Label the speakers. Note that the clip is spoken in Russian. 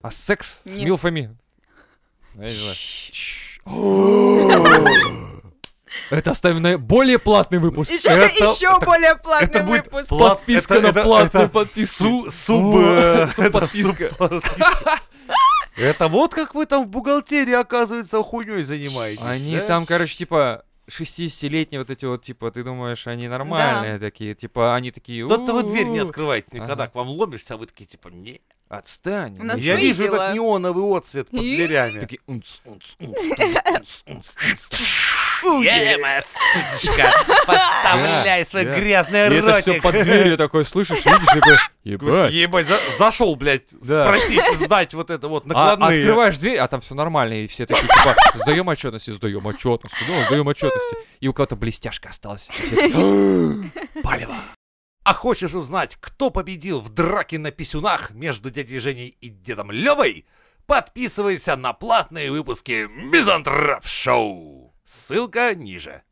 Speaker 1: А секс с
Speaker 2: Нет.
Speaker 1: милфами? Я не знаю. Это оставим на более платный выпуск.
Speaker 2: Еще,
Speaker 3: Это-
Speaker 2: еще
Speaker 3: это-
Speaker 2: более платный
Speaker 3: Это будет
Speaker 2: выпуск.
Speaker 3: пла-
Speaker 1: Подписка
Speaker 3: это-
Speaker 1: на
Speaker 3: это-
Speaker 1: платную
Speaker 3: это
Speaker 1: подписку.
Speaker 3: су- суб,
Speaker 1: О,
Speaker 3: э,
Speaker 1: субподписка.
Speaker 3: это субподписка. Это вот как вы там в бухгалтерии, оказывается, хуйней занимаетесь.
Speaker 1: Они
Speaker 3: да?
Speaker 1: там, короче, типа 60-летние вот эти вот, типа, ты думаешь, они нормальные такие, типа, они такие...
Speaker 3: Да-то вы дверь не
Speaker 1: «У-у-у».
Speaker 3: открываете никогда,
Speaker 1: Ага.
Speaker 3: к вам ломишься, а вы такие, типа, не.
Speaker 1: Отстань.
Speaker 2: У нас
Speaker 3: Я
Speaker 2: свои
Speaker 3: вижу
Speaker 2: дела.
Speaker 3: этот неоновый отцвет под
Speaker 2: И?
Speaker 3: дверями.
Speaker 1: Такие... «Унц, унц, унц, унц, унц, унц».
Speaker 3: Е, моя сучка, подставляй свой
Speaker 1: да.
Speaker 3: грязный
Speaker 1: И это все
Speaker 3: ротик.
Speaker 1: под дверью такой, слышишь, видишь, такой, ебать.
Speaker 3: Ебать, за- зашел, блядь,
Speaker 1: Да.
Speaker 3: спросить, сдать вот это вот
Speaker 1: А
Speaker 3: накладные.
Speaker 1: открываешь дверь, а там все нормально, и все такие, типа, сдаем отчетности, сдаем отчетности, да, сдаем отчетности. И у кого-то блестяшка осталась. И все такие, «А, Палево.
Speaker 3: А хочешь узнать, кто победил в драке на писюнах между дядей Женей и дедом Левой? Подписывайся на платные выпуски Мизантроп Шоу. Ссылка ниже.